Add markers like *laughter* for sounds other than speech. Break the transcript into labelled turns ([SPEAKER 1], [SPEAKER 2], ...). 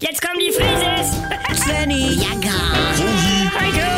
[SPEAKER 1] Jetzt kommen die *laughs* Frieses!
[SPEAKER 2] Svenny,
[SPEAKER 3] Ja, gar.
[SPEAKER 1] Heiko!